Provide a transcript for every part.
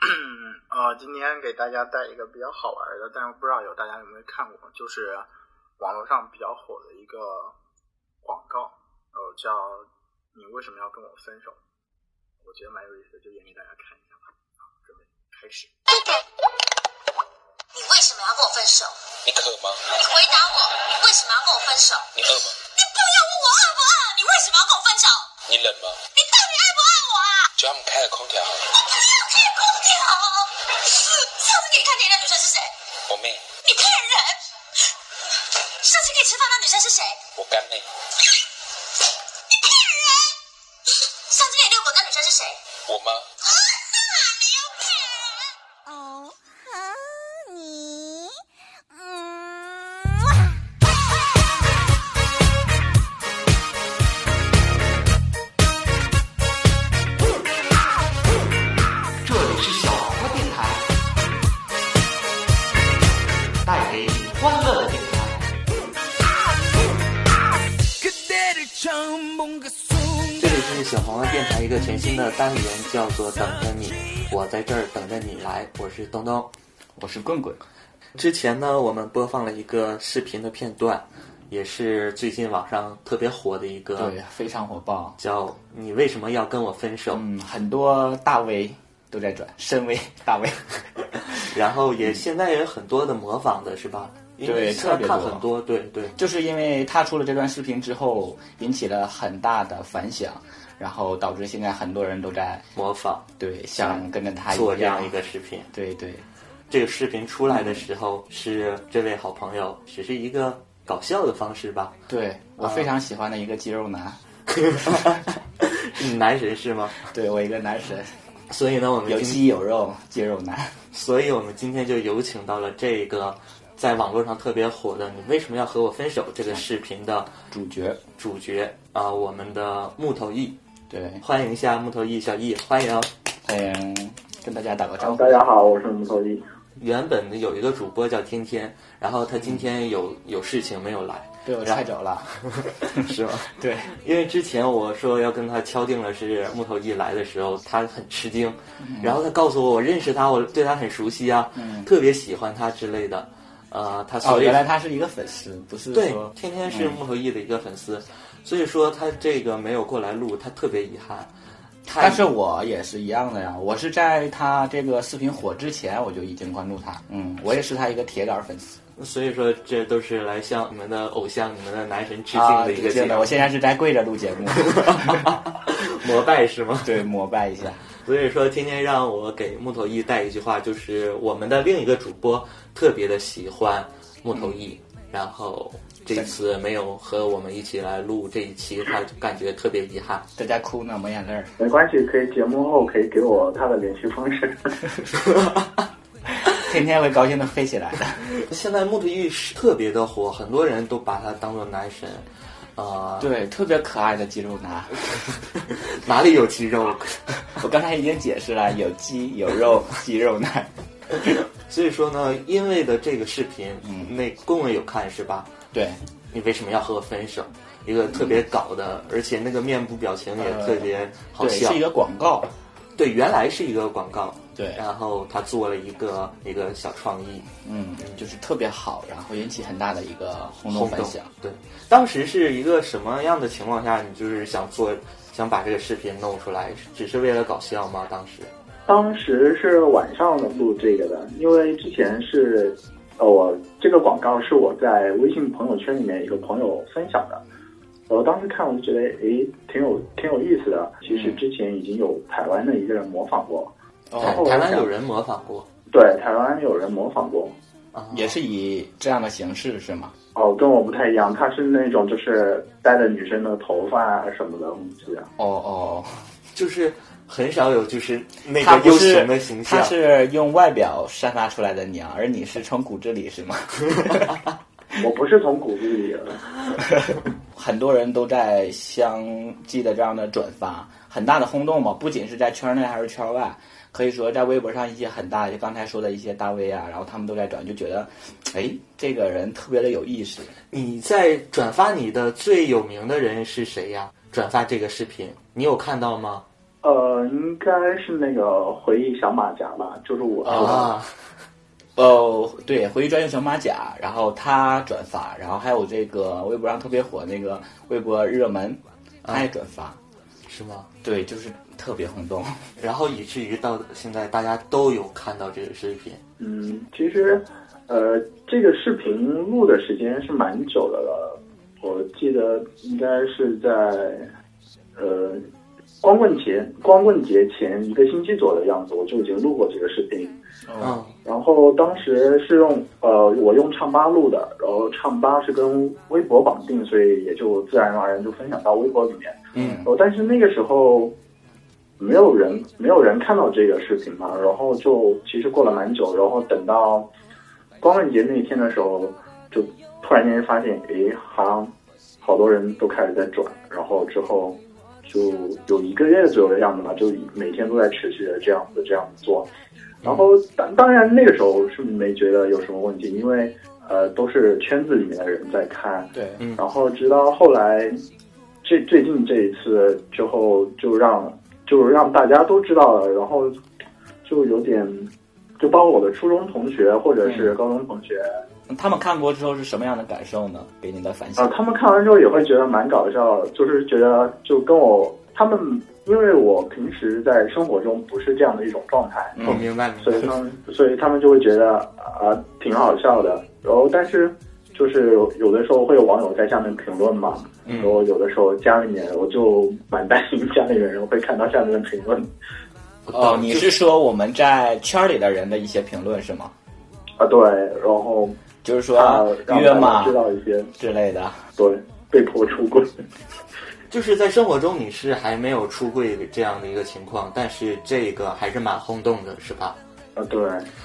呃，今天给大家带一个比较好玩的，但是不知道有大家有没有看过，就是网络上比较火的一个广告，呃，叫“你为什么要跟我分手”，我觉得蛮有意思的，就演给大家看一下吧。好，准备开始。你为什么要跟我分手？你渴吗？你回答我，你为什么要跟我分手？你饿吗？你不要问我饿不饿，你为什么要跟我分手？你冷吗？你到底爱不爱我啊？叫他们开了空调好了。我啊不要开空调。上次给你看电影那女生是谁？我妹，你骗人！上次给你吃饭那女生是谁？我干妹，你骗人！上次给你遛狗那女生是谁？我妈，啊哈，你又骗人！哦，哈尼，嗯。这里是小花电台，带给你欢乐的电台。 그대를 처음 본그 这 순간 里是小黄瓜电台一个全新的单元，叫做“等着你”，我在这儿等着你来。我是东东。我是棍棍，之前呢，我们播放了一个视频的片段，也是最近网上特别火的一个对，，非常火爆。叫“你为什么要跟我分手”。嗯，很多大 V 都在转，深 V、大 V， 然后也现在也有很多的模仿的是吧？因为对现在特别看多很多，对对就是因为他出了这段视频之后，引起了很大的反响，然后导致现在很多人都在模仿对想跟着他做一这样一个视频。对对这个视频出来的时候，是这位好朋友，只是一个搞笑的方式 吧？ 对，我非常喜欢的一个肌肉男，你男神是吗？对我一个男神，所以呢，我们有今肌有肉，肌肉男。所以我们今天就有请到了这个在网络上特别火的“你为什么要和我分手”这个视频的主角，主角啊、我们的木头易，对，欢迎一下木头易小易，欢迎。欢迎跟大家打个招呼大。家好，我是木头一。原本的有一个主播叫天天，然后他嗯今天有有事情没有来，被我踹走 了，是吗？ 对，因为之前我说要跟他敲定了是木头一来的时候，他很吃惊，然后他告诉我我认识他，我对他很熟悉啊，嗯特别喜欢他之类的，呃，他哦，所以、原来他是一个粉丝，不是对说，天天是木头一的一个粉丝，所以说他这个没有过来录，他特别遗憾。他但是我也是一样的呀，我是在他这个视频火之前，我就已经关注他，嗯，我也是他一个铁杆粉丝所以说这都是来向你们的偶像、你们的男神致敬啊，的一个致节敬目，的。我现在是在跪着录 节目， 膜拜是吗？对，膜拜一下，所以说，天天让我给木头一带一句话，就是我们的另一个主播特别的喜欢木头一，嗯然后这次没有和我们一起来录这一期，他就感觉特别遗 憾。大家哭呢，抹眼泪儿。没关系，可以节目后可以给我他的联系方式。 天天会高兴的飞起来的，现在木头一是特别的火，很多人都把他当做男神，啊、 对，特别可爱的肌肉男。 哪里有肌肉？我刚才已经解释了，有肌有肉， 肌肉男。所以说呢，因为的这个视频，嗯那公文有看是吧？对，你为什么要和我分手？一个特别搞的，而且那个面部表情也特别好呃对，笑是一。个广告。对，原来是一个广告，对然后他做了一个一个小创意，嗯，就是特别好，然后引起很大的一个轰动轰反动响。。对，当时是一个什么样的情况下，你就是想做，想把这个视频弄出来，只是为了搞笑吗？当时当时是晚上录这个的，因为之前是，呃，我这个广告是我在微信朋友圈里面一个朋友分享的，我当时看我就觉得，诶，挺有挺有意思的。其实之前已经有台湾的一个人模仿过，哦台台湾有人模仿过，对，台湾有人模仿过。啊也是以这样的形式是吗？哦，跟我不太一样，他是那种就是带着女生的头发啊什么的东西啊。哦哦，就是很少有就是那他个不优是雄的形他象，是用外表散发出来的娘，而你是从骨子里 是吗？我不是从骨子里的， 很多人都在相继的这样的转发，很大的轰动嘛，不仅是在圈内还是圈外，可以说在微博上一些很大的，就刚才说的一些大 V 啊，然后他们都在转，就觉得，哎，这个人特别的有意思。你在转发你的最有名的人是谁呀？转发这个视频，你有看到吗？呃，应该是那个回忆小马甲吧，就是我做的。啊，哦，对，回忆专用小马甲，然后他转发，然后还有这个微博上特别火那个微博热门，他也转发，是吗？对，就是特别轰动。然后以至于到现在大家都有看到这个视频，嗯，其实，呃，这个视频录的时间是蛮久的了，我记得应该是在，呃，光棍节光棍节前一个星期左右的样子，我就已经录过这个视频。哦嗯，然后当时是用呃我用唱吧录的，然后唱吧是跟微博绑定，所以也就自然而然就分享到微博里面。嗯，哦，但是那个时候没有人没有人看到这个视频嘛，然后就其实过了蛮久，然后等到光棍节那一天的时候，就突然间发现，诶，好像好多人都开始在转，然后之后就有一个月左右的样子吧，就每天都在持续的这样子这样子做。然后当当然那个时候是没觉得有什么问题，因为呃都是圈子里面的人在看，对，嗯然后直到后来，最最近这一次之后，就让就让大家都知道了，然后就有点，就包括我的初中同学或者是高中同学他们看过之后是什么样的感受呢？给你的反啊、响？他们看完之后也会觉得蛮搞笑，就是觉得就跟我他们，因为我平时在生活中不是这样的一种状态，嗯我明白明所以白，他们，所以他们就会觉得啊、挺好笑的。然后，但是就是有的时候会有网友在下面评论嘛，嗯然后有的时候家里面我就蛮担心家里人会看到下面的评论我哦，懂你是说我们在圈里的人的一些评论是吗？啊，对，然后就是说啊，让约大家嘛知道一些之类的。对被迫出轨，就是在生活中你是还没有出柜这样的一个情况，但是这个还是蛮轰动的，是吧？啊，对，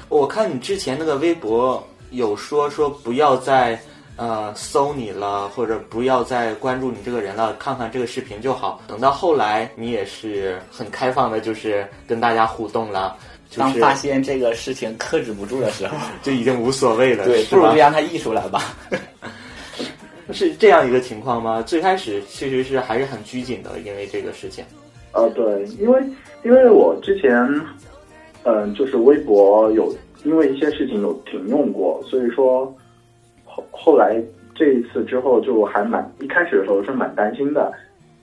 我看你之前那个微博有说说不要再呃搜你了，或者不要再关注你这个人了，看看这个视频就好。等到后来你也是很开放的，就是跟大家互动了，就当是发现这个事情克制不住的时候，就已经无所谓了，对，是不如吧就？让它溢出来吧。是这样一个情况吗？最开始其实是还是很拘谨的，因为这个事情。啊，对，因为因为我之前嗯、就是微博有因为一些事情有停用过，所以说后后来这一次之后就还蛮一开始的时候是蛮担心的，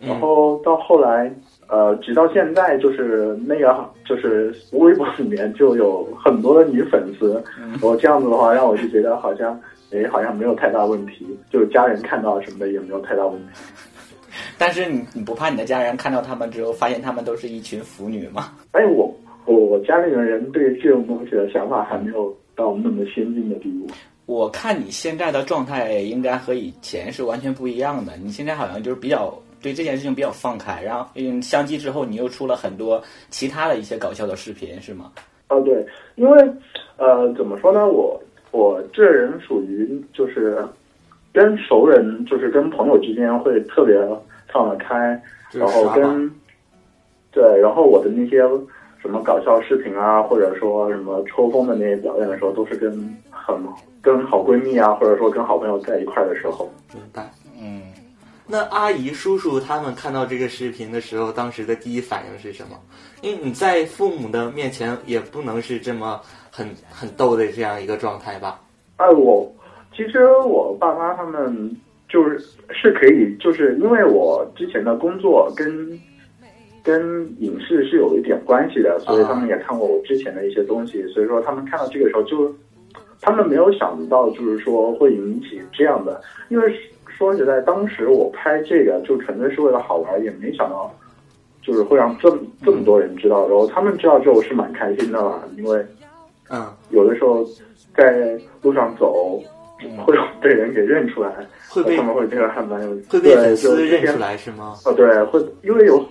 然后到后来呃，直到现在就是那个就是微博里面就有很多的女粉丝，我这样子的话让我就觉得好像诶好像没有太大问题，就家人看到什么的也没有太大问题。但是你你不怕你的家人看到他们之后，发现他们都是一群腐女吗？哎，我我我家里的人对这种东西的想法还没有到那么先进的地步。我看你现在的状态应该和以前是完全不一样的，你现在好像就是比较对这件事情比较放开，然后嗯，相继之后你又出了很多其他的一些搞笑的视频，是吗？哦，对，因为呃，怎么说呢，我我这人属于就是跟熟人，就是跟朋友之间会特别放得开，就是然后耍跟对，然后我的那些什么搞笑视频啊，或者说什么抽风的那些表演的时候，都是跟很跟好闺蜜啊，或者说跟好朋友在一块儿的时候。明白。嗯，那阿姨、叔叔他们看到这个视频的时候，当时的第一反应是什么？因为你在父母的面前也不能是这么很很逗的这样一个状态吧？哎，我其实我爸妈他们就是是可以，就是因为我之前的工作跟跟影视是有一点关系的，所以他们也看过我之前的一些东西，所以说他们看到这个时候就，他们没有想到就是说会引起这样的，因为说实在，当时我拍这个就纯粹是为了好玩，也没想到。就是会让这么这么多人知道，然后他们知道之后是蛮开心的啦，因为嗯，有的时候在路上走，会被人给认出来，嗯会被他们会觉得还蛮有会被对粉就丝是认这出些来是吗？哦，对，会因为有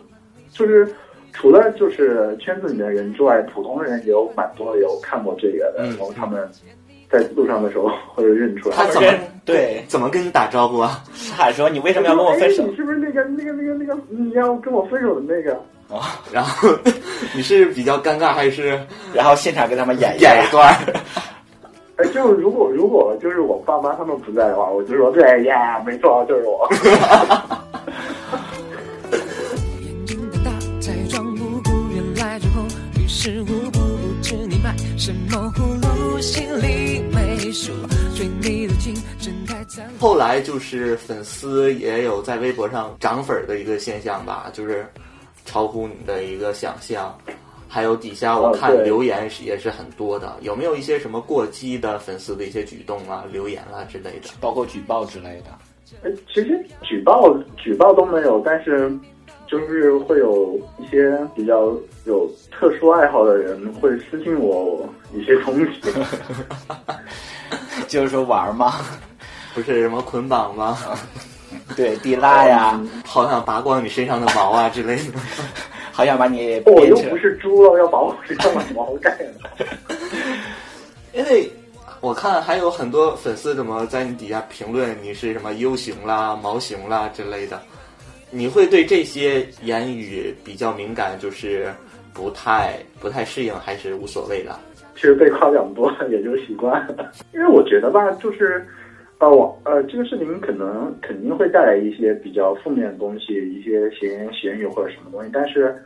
就是除了就是圈子里面的人之外，普通人也有蛮多有看过这个的，嗯然后他们在路上的时候会认出来。他怎么对怎么跟你打招呼啊？ 是喊说你为什么要跟我分手哎？你是不是那个那个那个那个你要跟我分手的那个？然后 你是比较尴尬还是然后现场给他们演一演一段。段？哎，就如果如果就是我爸妈他们不在的话，我就说对呀，没错，就是我。 眼睛瞪大，才装不是无不知你卖什么葫芦，心里没数，追你的情真太残酷。后来就是粉丝也有在微博上涨粉儿的一个现象吧，就是超乎你的一个想象。还有底下我啊哦看对留言是也是很多的，有没有一些什么过激的粉丝的一些举动啊、留言啊之类的？包括举报之类的。 呃，其实举报举报都没有，但是就是会有一些比较有特殊爱好的人会私信我一些东西。 就是说玩儿嘛， 不是什么捆绑吗？ 对，滴蜡哦呀，好想拔光你身上的毛啊之类的。好想把你我变哦又成不是猪了，要把我身上的毛盖了。因为我看还有很多粉丝怎么在你底下评论你是什么 U 型啦、毛型啦之类的，你会对这些言语比较敏感，就是不太不太适应，还是无所谓了？其实被夸奖多了也就习惯了，因为我觉得吧，就是，呃，我呃，这个事情可能肯定会带来一些比较负面的东西，一些闲言闲语或者什么东西，但是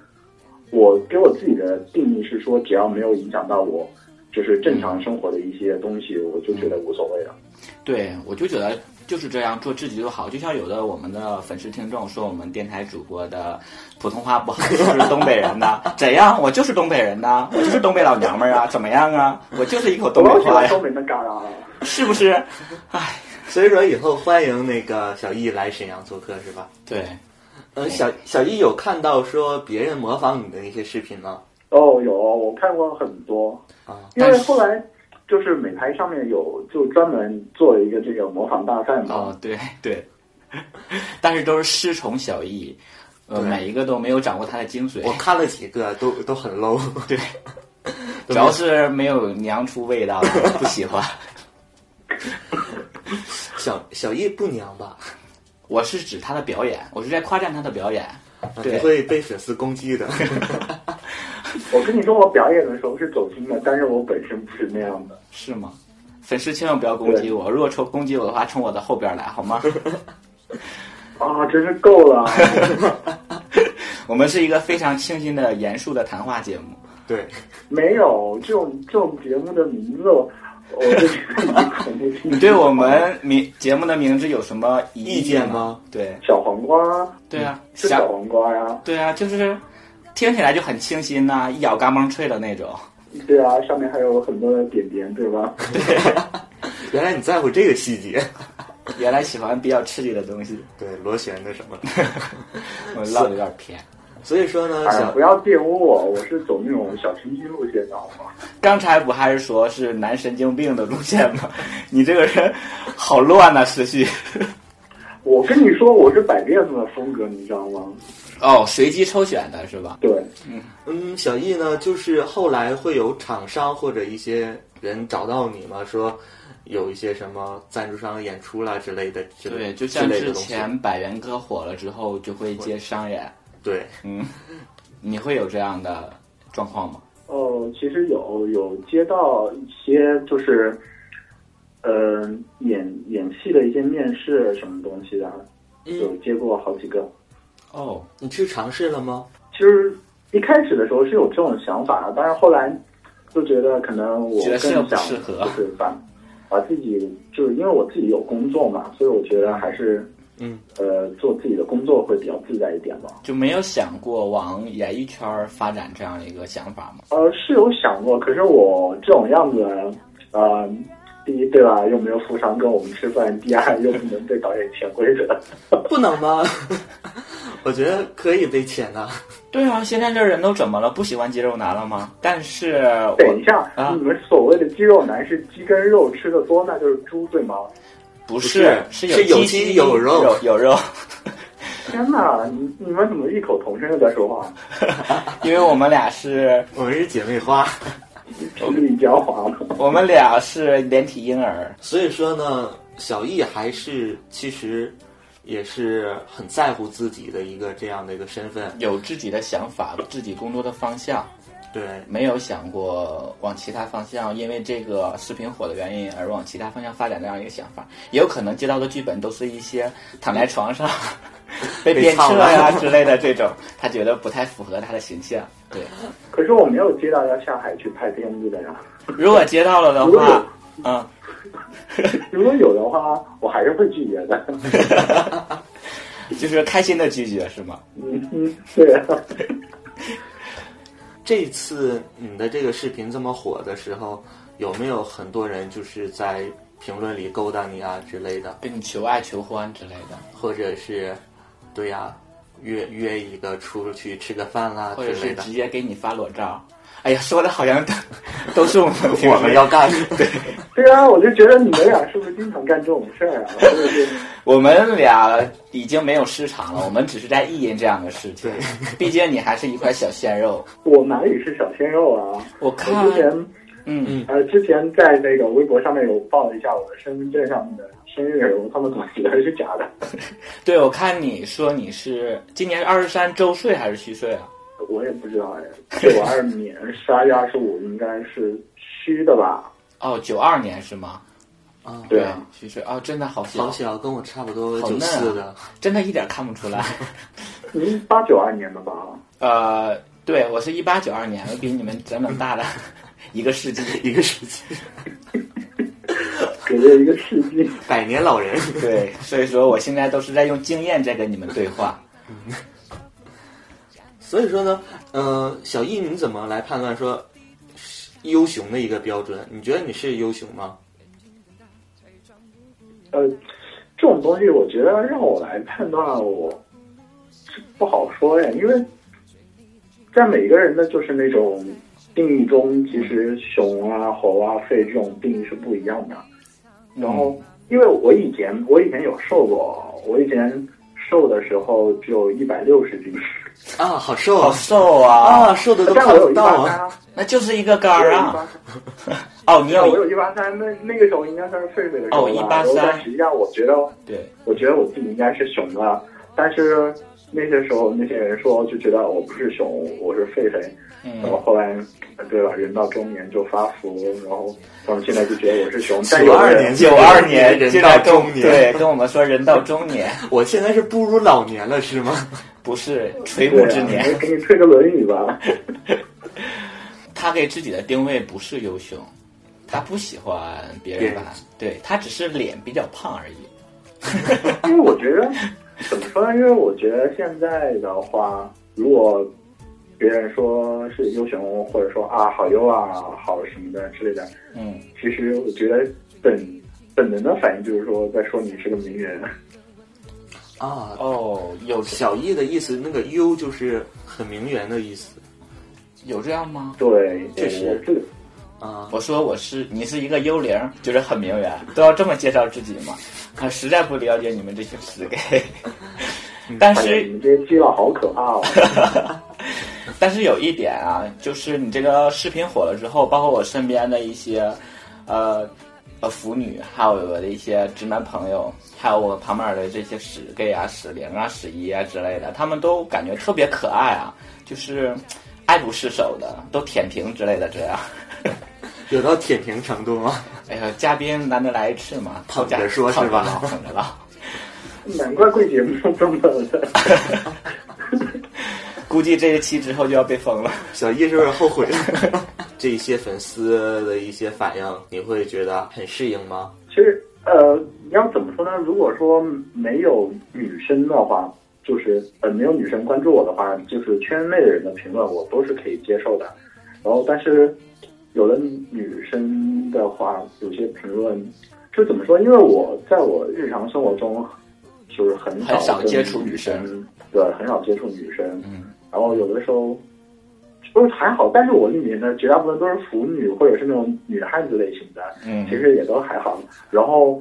我给我自己的定义是说，只要没有影响到我就是正常生活的一些东西，我就觉得无所谓了。对，我就觉得就是这样，做自己就好。就像有的我们的粉丝听众说我们电台主播的普通话不好，是不是东北人 呐？怎样？我就是东北人呐，我就是东北老娘们儿啊，怎么样啊？我就是一口我东北老喜话欢呀，东北那旮旯了，是不是？唉，所以说以后欢迎那个小易来沈阳做客，是吧？对，呃，小小易有看到说别人模仿你的那些视频吗？哦，有我看过很多，啊，因为后来就是美拍上面有就专门做了一个这个模仿大赛嘛，哦，对对， 但是都是师从小艺，呃，对每一个都没有掌握它的精髓。我看了几个，都都很 low。对，主要是没有娘出味道， 我不喜欢。小小易不娘吧？我是指他的表演，我是在夸赞他的表演。你对会被粉丝攻击的。 我跟你说，我表演的时候是走心的，但是我本身不是那样的。是吗？粉丝千万不要攻击对我，如果冲攻击我的话，冲我的后边来好吗？啊，真是够 了！我们是一个非常清新的、严肃的谈话节目。对，没有这种这种节目的名字，我我就觉得你恐怖你对我们名节目的名字有什么意意见吗？对小黄瓜对啊，嗯是小想黄瓜呀，对啊，就是听起来就很清新呐、一咬嘎嘣脆的那种。对啊，上面还有很多的点点，对吧？原来你在乎这个细节。原来喜欢比较刺激的东西，对，螺旋的什么的。我唠的有点偏。所以说呢，哎呀，小不要玷污我，我是走那种小清新路线的，好吗？刚才不还是说是男神经病的路线吗？ 你这个人好乱呐、思绪。我跟你说，我是百变的风格，你知道吗？ 哦，随机抽选的是吧？对，嗯，小易呢，就是后来会有厂商或者一些人找到你嘛，说有一些什么赞助商演出啦之类的，之类对，就像之类之的东西。前百元哥火了之后，就会接商演。对，嗯，你会有这样的状况吗？哦，其实有有接到一些就是，呃，演演戏的一些面试什么东西的，嗯有接过好几个。哦，你去尝试了吗？其实一开始的时候是有这种想法，但是后来就觉得可能我觉得更适合想不适合就是把把自己就是因为我自己有工作嘛，所以我觉得还是嗯呃做自己的工作会比较自在一点吧。就没有想过往演艺圈儿发展这样一个想法吗？呃，是有想过，可是我这种样子，呃，第一对吧，又没有富商跟我们吃饭，第二又不能被导演潜规则， 不能吗？ 我觉得可以被潜呐、对啊，现在这人都怎么了？不喜欢肌肉男了吗？但是我等一下，啊你们所谓的肌肉男是鸡跟肉吃的多，那就是猪对吗？不是是是有有肌肌有肉有有肉，天哪，你你们怎么异口同声的在说话？ 因为我们俩是我们是姐妹花。情侣交往 了。我们俩是连体婴儿，所以说呢，小易还是其实也是很在乎自己的一个这样的一个身份。有自己的想法，自己工作的方向，对，没有想过往其他方向，因为这个视频火的原因而 往其他方向发展这样一个想法，也有可能接到的剧本都是一些躺在床上被被鞭唱策了 呀、之类的这种，他觉得不太符合他的形 象。对，可是我没有接到要下海去拍片子的呀。如果接到了的话，嗯，如果有的话，我还是会拒绝的。 就是开心的拒绝是吗？嗯嗯，对啊。这次你的这个视频这么火的时候，有没有很多人就是在评论里勾搭你啊之类的，跟你求爱求欢之类的，或者是，对呀、约约一个出去吃个饭啦或之者类是的直，接给你发裸照。哎呀，说的好像都 都是我们 平时我们要干对。对啊，我就觉得你们俩是不是经常干这种事儿啊？ 我就是我们俩已经没有市场了，我们只是在意淫这样的事情。毕竟你还是一块小鲜肉。我哪里是小鲜肉啊？我我看之，前嗯，呃，之前在那个微博上面有报了一下我的身份证上面的生日，我他们怎么觉得是假的？对，我看你说你是今年二十三周岁还是虚岁啊？我也不知道哎，对我二年十二月二十五应该是虚的吧？哦，九二年是吗？啊，对啊，虚岁哦，真的好老小，小跟我差不多好九嫩啊四的，真的一点看不出 来。您嗯八九二年的吧？呃，对我是一八九二年，我比你们整整大了 一个世纪。一个时期，给了一个世纪。百年老人。对，所以说我现在都是在用经验在跟你们对 话。所以说呢，呃，小易你怎么来判断说是优雄的一个标准？你觉得你是优雄吗？呃，这种东西我觉得让我来判断，我是不好说呀，因为在每个人的就是那种定义中，其嗯实熊啊、猴啊、狒这种定义是不一样的。然嗯后，因为我以前我以前有瘦过，我以前瘦的时候只有一百六十斤，啊，好瘦好啊，瘦啊！啊，瘦的都但看我有不一到八啊。三，那就是一个杆我儿有一啊！八三。哦，你对，我有有一八三，那那个时候应该算是狒狒的时候哦吧。 183然后但实际上，我觉得对，我觉得我自己应该是熊了，但是那些时候那些人说就觉得我不是熊，我是狒狒。然后嗯，后来，对吧？人到中年就发福，然后他们现在就觉得我是熊。但有的92人年九二年人竟然到跟我中年对跟我们说人到中年我现在是步入老年了，是吗？不是垂对暮啊之年，给你推个轮椅吧。他给自己的定位不是优秀，他不喜欢别人别人吧？对他只是脸比较胖而已。 因为我觉得怎么说呢？因为我觉得现在的话，如果别人说是优熊，或者说啊好优啊好什么的之类的，嗯，其实我觉得本本能的反应就是说在说你是个名人。啊，哦，有小易的意思，那个优就是很名媛的意思有这样吗？对，确实我自啊。我说我是你是一个幽灵，就是很名媛，都要这么介绍自己吗？啊，实在不了解你们这些死 gay。但哎呀，你是们这些基佬好可怕哦！ 但是有一点啊，就是你这个视频火了之后，包括我身边的一些，呃，呃腐女，还有我的一些直男朋友，还有我旁边的这些屎 gay 啊、屎灵啊、屎一啊之类的，他们都感觉特别可爱啊，就是嗯爱不释手的，都舔屏之类的这样。 有到舔屏程度吗？ 哎呀，嘉宾难得来一次嘛，捧着说是吧捧着唠捧着唠。难怪贵节目这么的。 估计这一期之后就要被封了。小易是不是后悔了？这一些粉丝的一些反应，你会觉得很适应吗？其实，呃，你要怎么说呢？如果说没有女生的话，就是呃没有女生关注我的话，就是圈内的人的评论我都是可以接受的。然后，但是有了女生的话，有些评论就怎么说？因为我在我日常生活中就是很很少跟接触女生生，对，很少接触女生。嗯，然后有的时候就是还好，但是我里面的绝大部分都是腐女或者是那种女汉子类型的，嗯其实也都还好。然后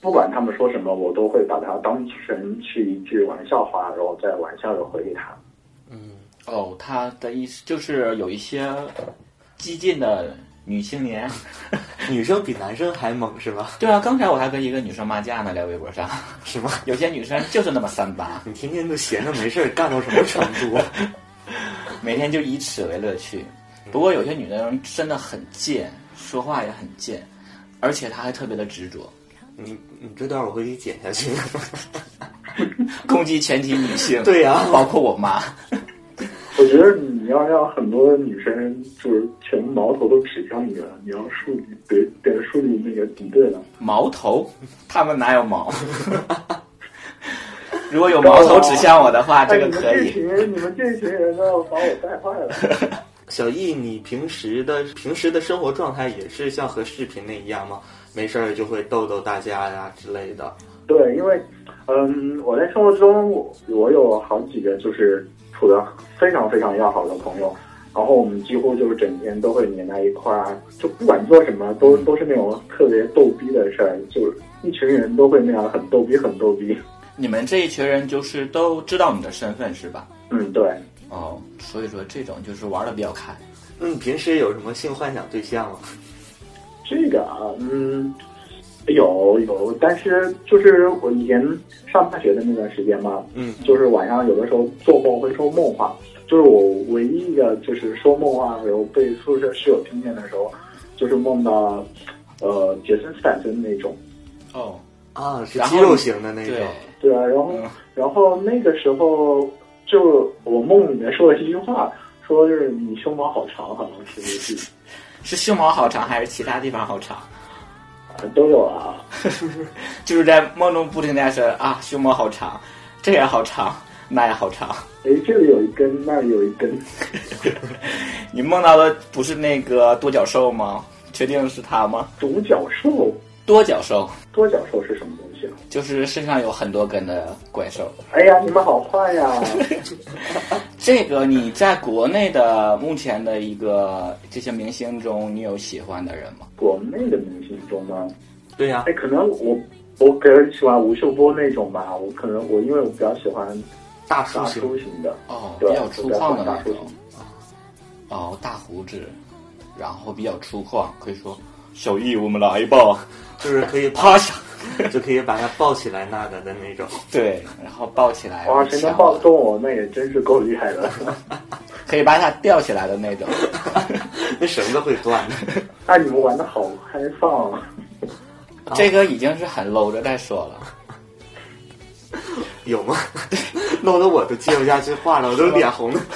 不管他们说什么，我都会把它当成是一句玩笑话，然后再玩笑的回给他。哦，他的意思就是有一些激进的女青年。 女生比男生还猛是吗？ 对啊，刚才我还跟一个女生骂架呢，在微博上，是吗？有些女生就是那么三八，你天天都闲着没事儿干到什么程度？每天就以此为乐趣。不过有些女生真的很贱，说话也很贱，而且她还特别的执着。你你这段我会给你剪下去 的。攻击全体女性，对呀包括我妈。我觉得你要让很多女生就是全部矛头都指向你了，你要树立得得树立那个敌对了。矛头，他们哪有矛？ 如果有矛头指向我的话，啊这哎，个你哦们可这以。群你们这群人呢，把我带坏了。小易，你平时的平时的生活状态也是像和视频那一样吗？没事儿就会逗逗大家呀之类的。对，因为嗯，我在生活中我我有好几个就是处的非常非常要好的朋友，然后我们几乎就是整天都会黏在一块儿，就不管做什么都 都是那种特别逗逼的事儿，就一群人都会那样很逗逼很逗逼。你们这一群人就是都知道你的身份是吧？嗯，对，哦，所以说这种就是玩的比较开。嗯，平时有什么性幻想对象吗？这个啊，嗯，有有，但是就是我以前上大学的那段时间嘛，嗯，就是晚上有的时候做梦会说梦话，就是我唯一一个就是说梦话的时候被宿舍室友听见的时候，就是梦到呃杰森斯坦森那种，哦，啊，是然后肌肉型的那对种。，对啊，然后、嗯然后那个时候就我梦里面说了一句话，说就是你胸毛好长，好像是 是胸毛好长还是其他地方好长？都有啊。 就是在梦中不停地说啊，胸毛好长，这也好长，那也好长。 哎，这里有一根，那里有一根，你梦到的不是那个多角兽吗？确定是它吗？独角兽。多角兽多角兽是什么东西啊？就是身上有很多根的怪兽。哎呀，你们好 坏呀！这个你在国内的目前的一个这些明星中，你有喜欢的人吗？国内的明星中吗？对呀、哎，可能我我可能喜欢吴秀波那种吧。我可能我因为我比较喜欢大叔大型。叔型的，哦，比对，较粗犷的我比较喜欢那大叔种型。。哦，大胡子，然后比较粗犷，可以说小易，我们来吧，就是可以趴下。就可以把它抱起来那个的那 种。对，然后抱起来，哇，谁能强抱得动我，那也真是够厉害的。可以把它吊起来的那种。那绳子会断的。 哎，你们玩的好开放啊！这个已经是很 low 的在说了。有吗？ 弄得我都接不下去话了，我都脸红了。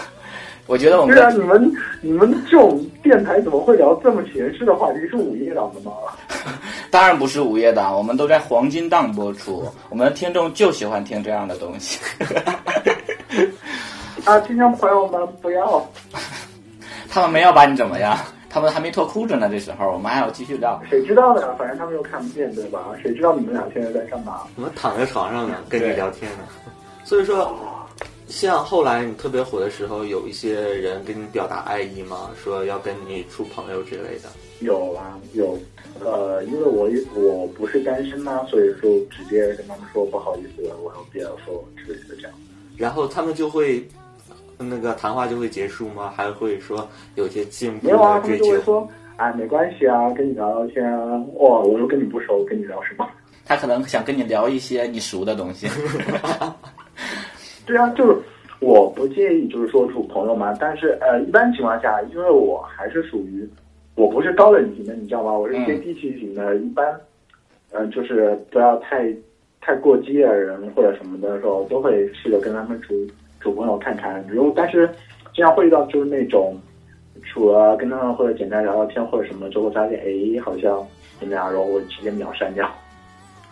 我觉得我们对啊，的你们你们这种电台怎么会聊这么闲适的话题？是午夜档的吗？当然不是午夜档，我们都在黄金档播出，我们的听众就喜欢听这样的东西。 啊，听众朋友们，不要！他们没有把你怎么样，他们还没脱裤子呢。这时候我们还要继续聊。谁知道呢？反正他们又看不见，对吧？谁知道你们俩现在在干嘛？我躺在床上呢，跟你对聊天呢。所以说，像后来你特别火的时候，有一些人跟你表达爱意吗？说要跟你处朋友之类的。有啊，有，呃，因为我我不是单身呐、所以说直接跟他们说不好意思，我有 BFO 之类的这样。然后他们就会那个谈话就会结束吗？还会说有一些进一步没有啊，的他追们就会求？说，哎，没关系啊，跟你聊聊天啊，哇，我又跟你不熟，跟你聊什么？他可能想跟你聊一些你熟的东西。对啊，就是我不介意，就是说处朋友嘛，但是呃，一般情况下，因为我还是属于我不是高冷型的，你知道吗？我是嗯偏低级型的，一般，呃，就是不要太太过激的人或者什么的时候，都会试着跟他们处处朋友看看。如果但是经常会遇到就是那种处了跟他们或者简单聊聊天或者什么之后，发现哎好像怎么样，然后我直接秒删掉。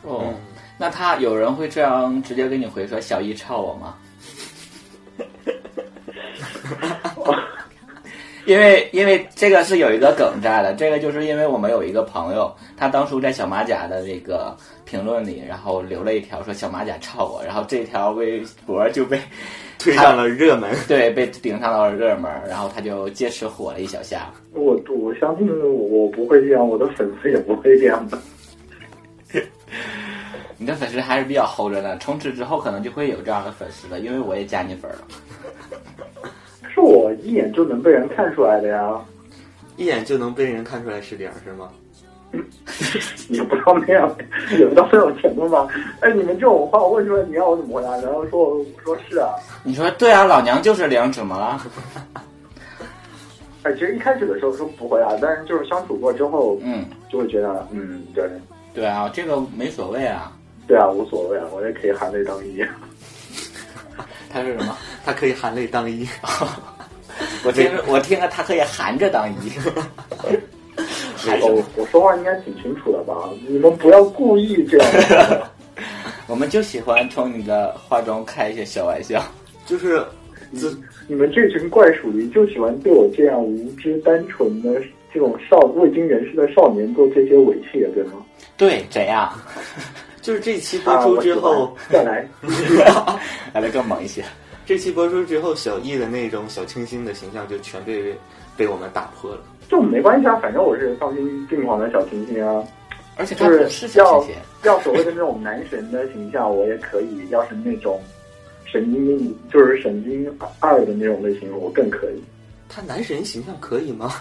哦，那他有人会这样直接跟你回说小姨操我吗？ 因为因为这个是有一个梗在的，这个就是因为我们有一个朋友，他当初在小马甲的这个评论里，然后留了一条说小马甲操我，然后这条微博就被 推上了热门。对被顶上了热门，然后他就借此火了一小下。我我相信我我不会这样，我的粉丝也不会这样的。你的粉丝还是比较厚着呢，从此之后可能就会有这样的粉丝了，因为我也加你粉了。是我一眼就能被人看出来的呀， 一眼就能被人看出来是点儿是吗？也不知道那样， 也不知道那种程度吧。哎，你们这种话问出来，你让我怎么回答？然后说我我说是啊。你说对啊，老娘就是零，怎么了？啊哎，其实一开始的时候说不回答，但是就是相处过之后，嗯，就会觉得嗯，对，对啊，这个没所谓啊。对啊，无所谓啊，我也可以含泪当一。他是什 么？他可以含泪当一。我听着我听着，他可以含着当 一。含我哦我说话应该挺清楚的吧？你们不要故意这 样。我们就喜欢从你的话中开一些小玩笑。 就是自你们这群怪属驴就喜欢对我这样无知单纯的这种少未经人事的少年做这些猥亵，对吗？对，怎 样？就是这 期播啊，出我喜之欢后，再来，来的更猛一些。这期播出之后，小易的那种小清新的形象就全被被我们打破了。就没关系啊，反正我是丧心病狂的小清新啊。而且他就不是小要清新，要所谓的那种男神的形象，我也可以；要是那种神经病，就是神经二的那种类型，我更可以。他男神形象可以吗？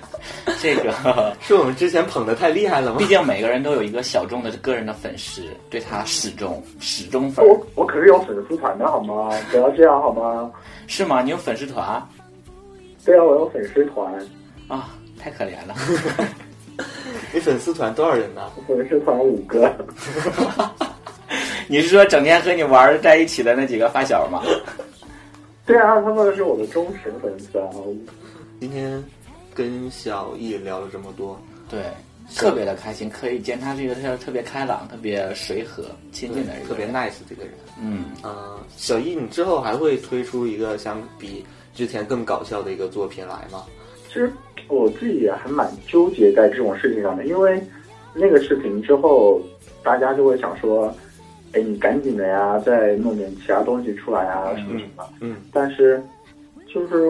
这个 是我们之前捧的太厉害了吗 毕？竟每个人都有一个小众的个人的粉丝，对他始终始终粉我我可是有粉丝团的好吗？不要这样好吗？是吗？你有粉丝团啊对啊，我有粉丝团，啊？太可怜 了。你粉丝团多少人呢？粉丝团五个， 你是说整天和你玩儿在一起的那几个发小吗？对啊，他们是我的忠实粉丝啊。今天跟小易聊了这么多，对，特别的开心，可以见他是一个特特别开朗、特别随和、亲近的人，特啊别 nice 这个人。嗯，嗯，小易，你之后还会推出一个相比之前更搞笑的一个作品来吗？其实我自己也还蛮纠结在这种事情上的，因为那个视频之后，大家就会想说，哎，你赶紧的呀，再弄点其他东西出来啊，什么什么。嗯，但是，就是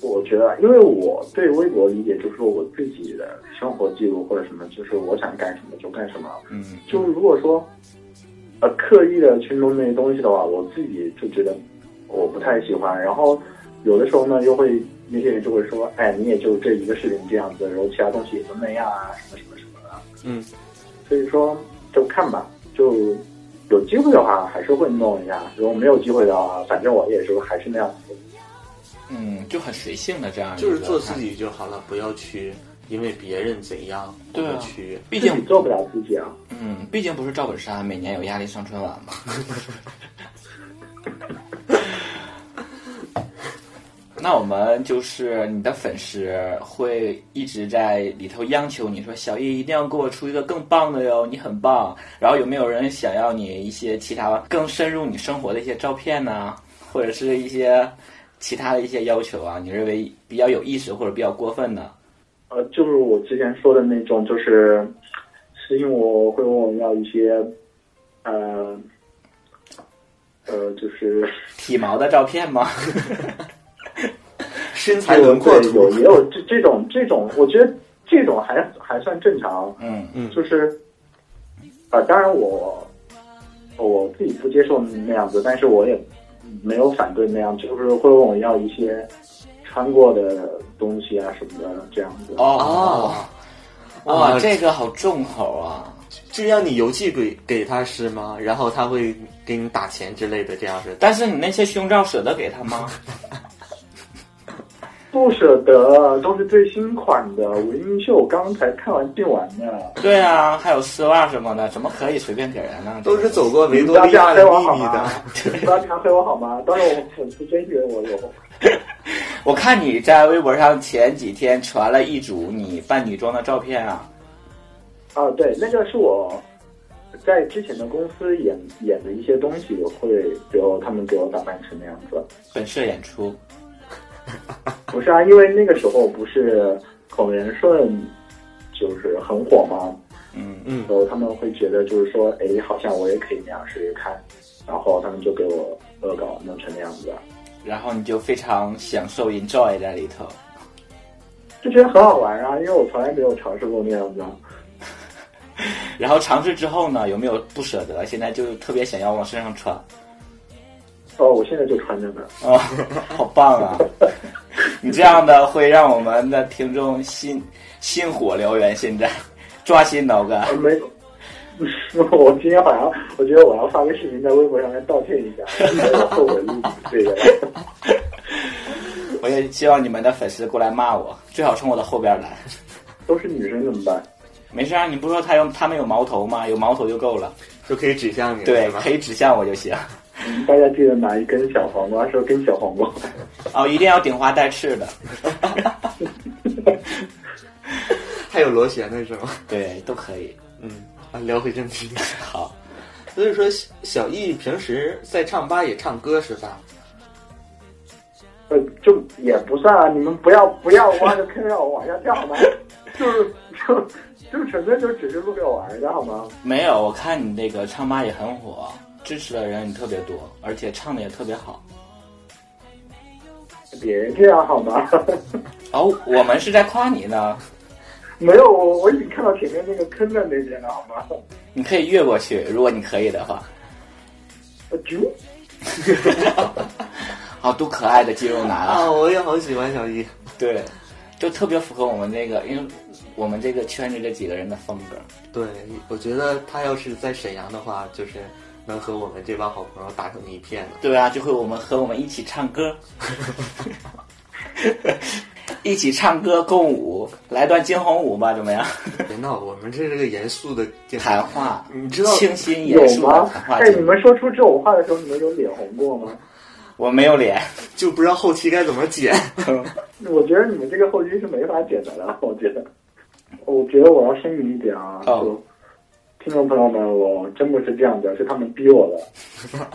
我觉得，因为我对微博理解就是说我自己的生活记录或者什么，就是我想干什么就干什么。嗯，就如果说，呃，刻意的去弄那些东西的话，我自己就觉得我不太喜欢。然后有的时候呢，又会那些人就会说，哎，你也就这一个事情这样子，然后其他东西也就那样啊，什么什么什么的。嗯，所以说就看吧，就有机会的话还是会弄一下，如果没有机会的话，反正我也就还是那样子。嗯，就很随性的这样一个，就是做自。己就好了，不要去因为别人怎样对啊而去。毕自己竟，做不了自己啊，嗯，毕竟不是赵本山，每年有压力上春晚嘛。那我们就是你的粉丝会一直在里头央求你说小叶一定要给我出一个更棒的哟，你很棒。然后有没有人想要你一些其他更深入你生活的一些照片呢、或者是一些其他的一些要求啊？你认为比较有意识或者比较过分的？呃，就是我之前说的那种，就是是因为我会问我要一些，呃，呃，就是体毛的照片吗？ 身材轮廓对图有，也有这这种这种，我觉得这种还还算正常，嗯嗯就是，呃，当然我我自己不接受那样子，但是我也没有反对那样，就是会问我要一些穿过的东西啊什么的这样子。哦哦哇，啊这个好重口啊！这让你邮寄给给他是吗？然后他会给你打钱之类的，这样是？但是你那些胸罩舍得给 他吗？不舍得，都是最新款的维密秀，刚才看完订完的。对啊，还有丝袜什么的，怎么可以随便给人啊呢？都是走过维你不多要利这样亚黑的我秘好密吗的。？ 你不要这样黑我好吗？当然，我粉丝真以为我有。我看你在微博上前几天传了一组你扮女装的照片啊，啊，对，那个是我在之前的公司演演的一些东西，我会给我他们给我打扮成那样子。本社演出。不是啊，因为那个时候不是孔元顺就是很火嘛，嗯，嗯然，后他们会觉得就是说，哎，好像我也可以那样试试看，然后他们就给我恶搞弄成那样子，然后你就非常享受 enjoy 在里头。就觉得很好玩啊，因为我从来没有尝试过那样子啊。然后尝试之后呢，有没有不舍得？现在就特别想要往身上穿哦，我现在就穿着呢。哦， 好棒啊！你这样的会让我们的听众心心火燎原，现在抓心挠肝。啊，没 有。我今天好像，我觉得我要发个视频在微博上面道歉一下，我后悔录这个。 我也希望你们的粉丝过来骂我，最好从我的后边来。都是女生怎么办？没事啊，你不说他有他们有矛头吗？有矛头就够了，就可以指向 你了，对是，吗可？以指向我就行。大家记得拿一根小黄瓜，说根小黄瓜。哦，一定要顶花带刺的， 还有螺旋的是吗？对，都可以。嗯，啊，聊回正 题。好，所以说，小小易平时在唱吧也唱歌是吧？呃，就也不算啊，你们不要不要挖着坑让我往下跳好吗？ 就是就就纯粹就只是录着玩儿的好吗？没有，我看你那个唱吧也很火，支持的人也特别多，而且唱的也特别好。别这样好吗？ 哦，我们是在夸你呢，没有，我我已经看到前面那个坑在那边了好吗？ 你可以越过去，如果你可以的话。 呃，啾，好，多可爱的肌肉男啊！啊，我也好喜欢小易。对，就特别符合我们那个，因为我们这个圈子这几个人的风格。对，我觉得他要是在沈阳的话，就是能和我们这帮好朋友打成一片的。对啊，就会我们和我们一起唱歌， 一起唱歌共舞，来段惊鸿舞吧，怎么样？别闹，我们这是个严肃的电台谈话，你知道清新有严肃的吗谈？话哎，节你目。们说出这种话的时候，你们有脸红过吗？我没有脸， 就不知道后期该怎么剪。 我觉得你们这个后期是没法剪的了，我觉得。我觉得我要声明一点啊，哦就听众朋友们，我真不是这样的，是他们逼我的。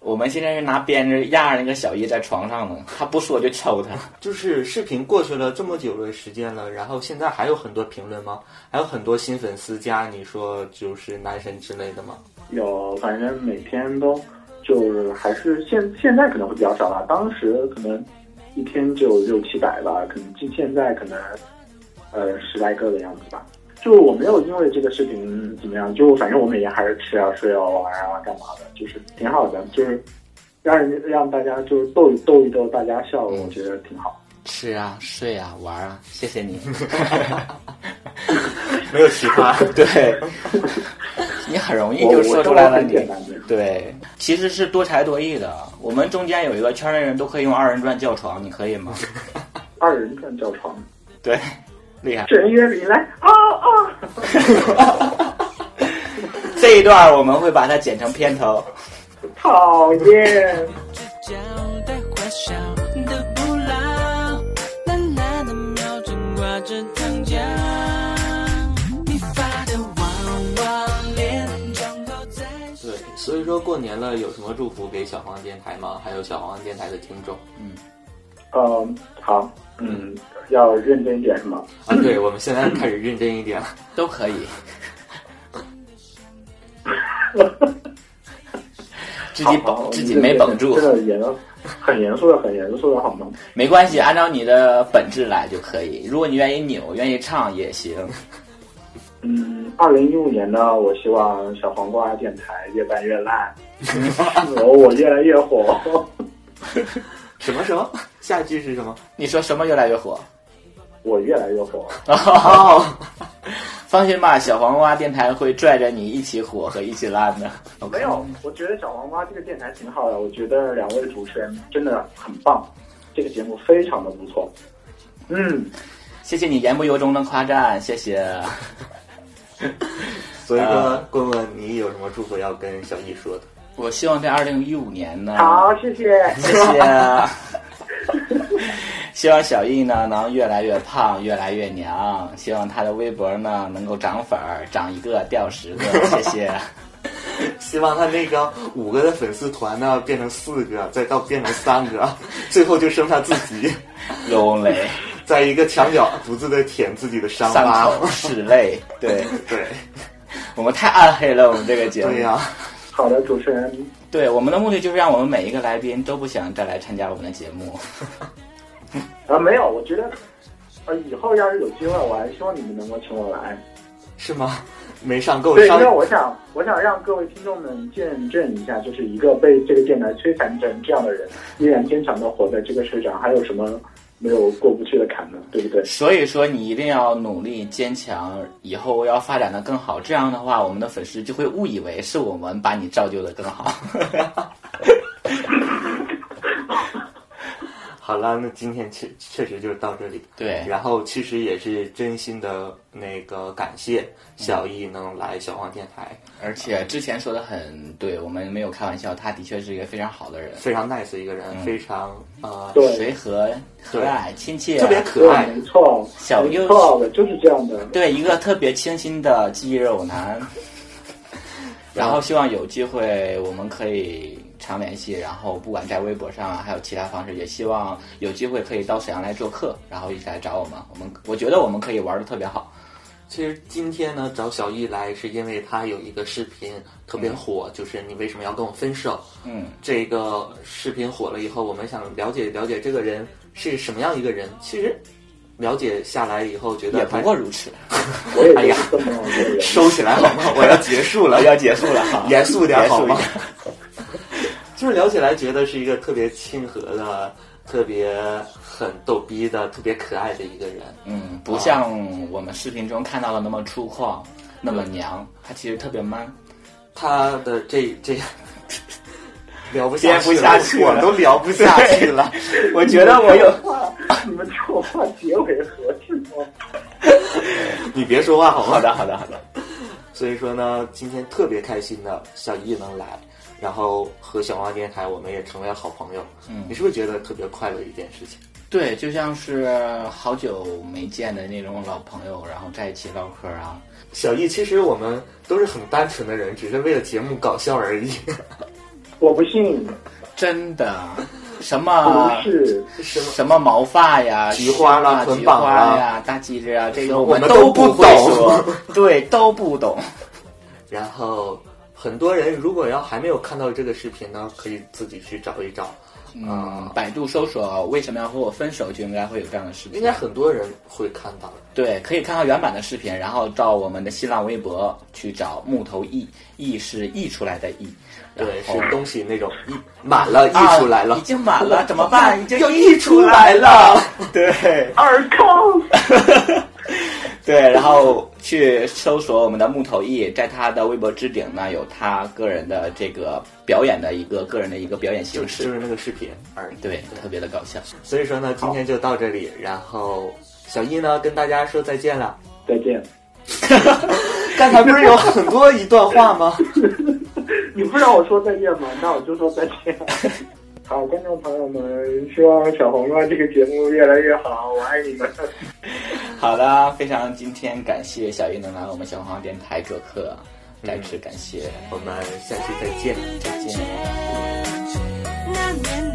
我们现在是拿鞭子压着那个小叶在床上呢，他不说就抽他。就是视频过去了这么久的时间了，然后现在还有很多评论吗？还有很多新粉丝加你说就是男神之类的吗？有，反正每天都就是还是现现在可能会比较少吧，当时可能一天就六七百吧，可能近现在可能呃十来个的样子吧。就我没有因为这个视频怎么样，就反正我每天还是吃啊、睡啊、玩啊、干嘛的，就是挺好的，就是让人让大家就是逗一逗一逗大家笑，我觉得挺好。吃啊，睡啊，玩啊，谢谢 你。没有其他。 对，嗯你很容易我就我说生出活来了很你简单的。对，其实是多才多艺的。我们中间有一个圈内人都可以用二人转叫床，你可以吗？ 二人转叫床，对，厉害。沈月里来啊啊！这一段我们会把它剪成片头。讨厌，嘴角带坏笑的不老，懒懒的瞄准挂着糖浆，你发的娃娃脸，妆都在对，所以说过年了有什么祝福给小黄电台吗？还有小黄电台的听众嗯，好，嗯，要认真一点是吗？啊？对，我们现在开始认真一点了。都可 以，自己好绷，自己没绷住真，的严，很严肃的，很严肃的好吗？没关系，按照你的本质来就可以。如果你愿意扭，愿意唱也行。 嗯，二零一五年呢，我希望小黄瓜电台越办越烂，然后我越来越火。 什么什么？下一句是什么？你说什么越来越火？我越来越火，哦， 放心吧，小黄瓜电台会拽着你一起火和一起烂的。没有，我觉得小黄瓜这个电台挺好的，我觉得两位主持人真的很棒，这个节目非常的不错。嗯，谢谢你言不由衷的夸赞，谢谢。所以说，棍棍，你有什么祝福要跟小易说的？ 我希望在二零一五年呢，好，谢谢。谢 谢。希望小易呢能越来越胖，越来越娘。希望他的微博呢能够涨粉儿，涨一个掉十个。谢谢。 希望他那个五个的粉丝团呢变成四个，再到变成三个， 最后就剩他自己， lonely 在一个墙角独自的舔自己的伤伤疤。口室泪，对 对，我们太暗黑了，我们这个节目。对呀、好的，主持人，对我们的目的就是让我们每一个来宾都不想再来参加我们的节目。啊，没有，我觉得，呃，以后要是有机会，我还希望你们能够请我来。是吗？没上够对，因上为我想，我想让各位听众们见证一下，就是一个被这个电台摧残成这样的人，依然坚强的活在这个世上，还有什么没有过不去的坎呢？对不对？所以说你一定要努力坚强，以后要发展的更好。这样的话，我们的粉丝就会误以为是我们把你造就的更好。好了，那今天确确实就是到这里。 对然后其实也是真心的那个感谢小易能来小黄电台，而且之前说的很对，我们没有开玩笑，他的确是一个非常好的人，非常 nice 一个人，非常呃，对随和、和蔼、亲切，啊特别对可爱，没错，小没优错的，就是这样的。对一个特别清新的肌 肉男。然后希望有机会我们可以常联系，然后不管在微博上啊，还有其他方式，也希望有机会可以到沈阳来做客，然后一起来找我们。我们我觉得我们可以玩的特别好。其实今天呢，找小易来是因为他有一个视频特别火，就是你为什么要跟我分手？嗯，这个视频火了以后，我们想了解了解这个人是什么样一个人。其实了解下来以后，觉得也不他过如此。我也哎呀是这么样的人。收起来好吗？我 要结束 了，要结束了 哈严肃点好吗 严肃？就是聊起来觉得是一个特别亲和的、特别很逗逼的、特别可爱的一个人。嗯，不像我们视频中看到的那么粗犷，那么娘，他其实特别 man。他的这这 聊不编不下去了我都聊不 下去了。我觉得我有话，你们这种话结尾合适吗？你别说话 好吗？好的，好的，好的。所以说呢，今天特别开心的小易能来，然后和小王电台我们也成为了好朋友。嗯，你是不是觉得特别快乐一件事情？对，就像是好久没见的那种老朋友，然后在一起唠嗑啊。小易，其实我们都是很单纯的人，只是为了节目搞笑而已。我不信，真的， 什不么是，什么？什么毛发呀、菊花啦啊捆菊绑啦花呀、大鸡子啊，这个我们们都都不会懂 说，对，都不懂。然后很多人如果要还没有看到这个视频呢，可以自己去找一找。嗯，百度搜索为什么要和我分手，就应该会有这样的视频。啊应该很多人会看到的。对，可以看看原版的视频，然后到我们的新浪微博去找木头溢，溢是溢出来的溢，然对，后是东西那种溢满了，啊溢出来了已。经满了，怎么办？已经又溢溢出出来来了了，对尔康。 对，然后去搜索我们的木头溢，在他的微博置顶呢有他个人的这个表演的一个个人的一个表演 就形是就式，是那个视频而已。对，特别的搞 笑。所以说呢，今天就到这里，然后小易呢跟大家说再见了。再见。刚才不是有很多一段话 吗？ 你不让我说再见吗？那我就说再见。好，观众朋友们，希望小黄瓜这个节目越来越好，我爱你们。好啦，非常今天感谢小易能来我们小黄电台做客，再次感谢。我们下期再见。再见。那年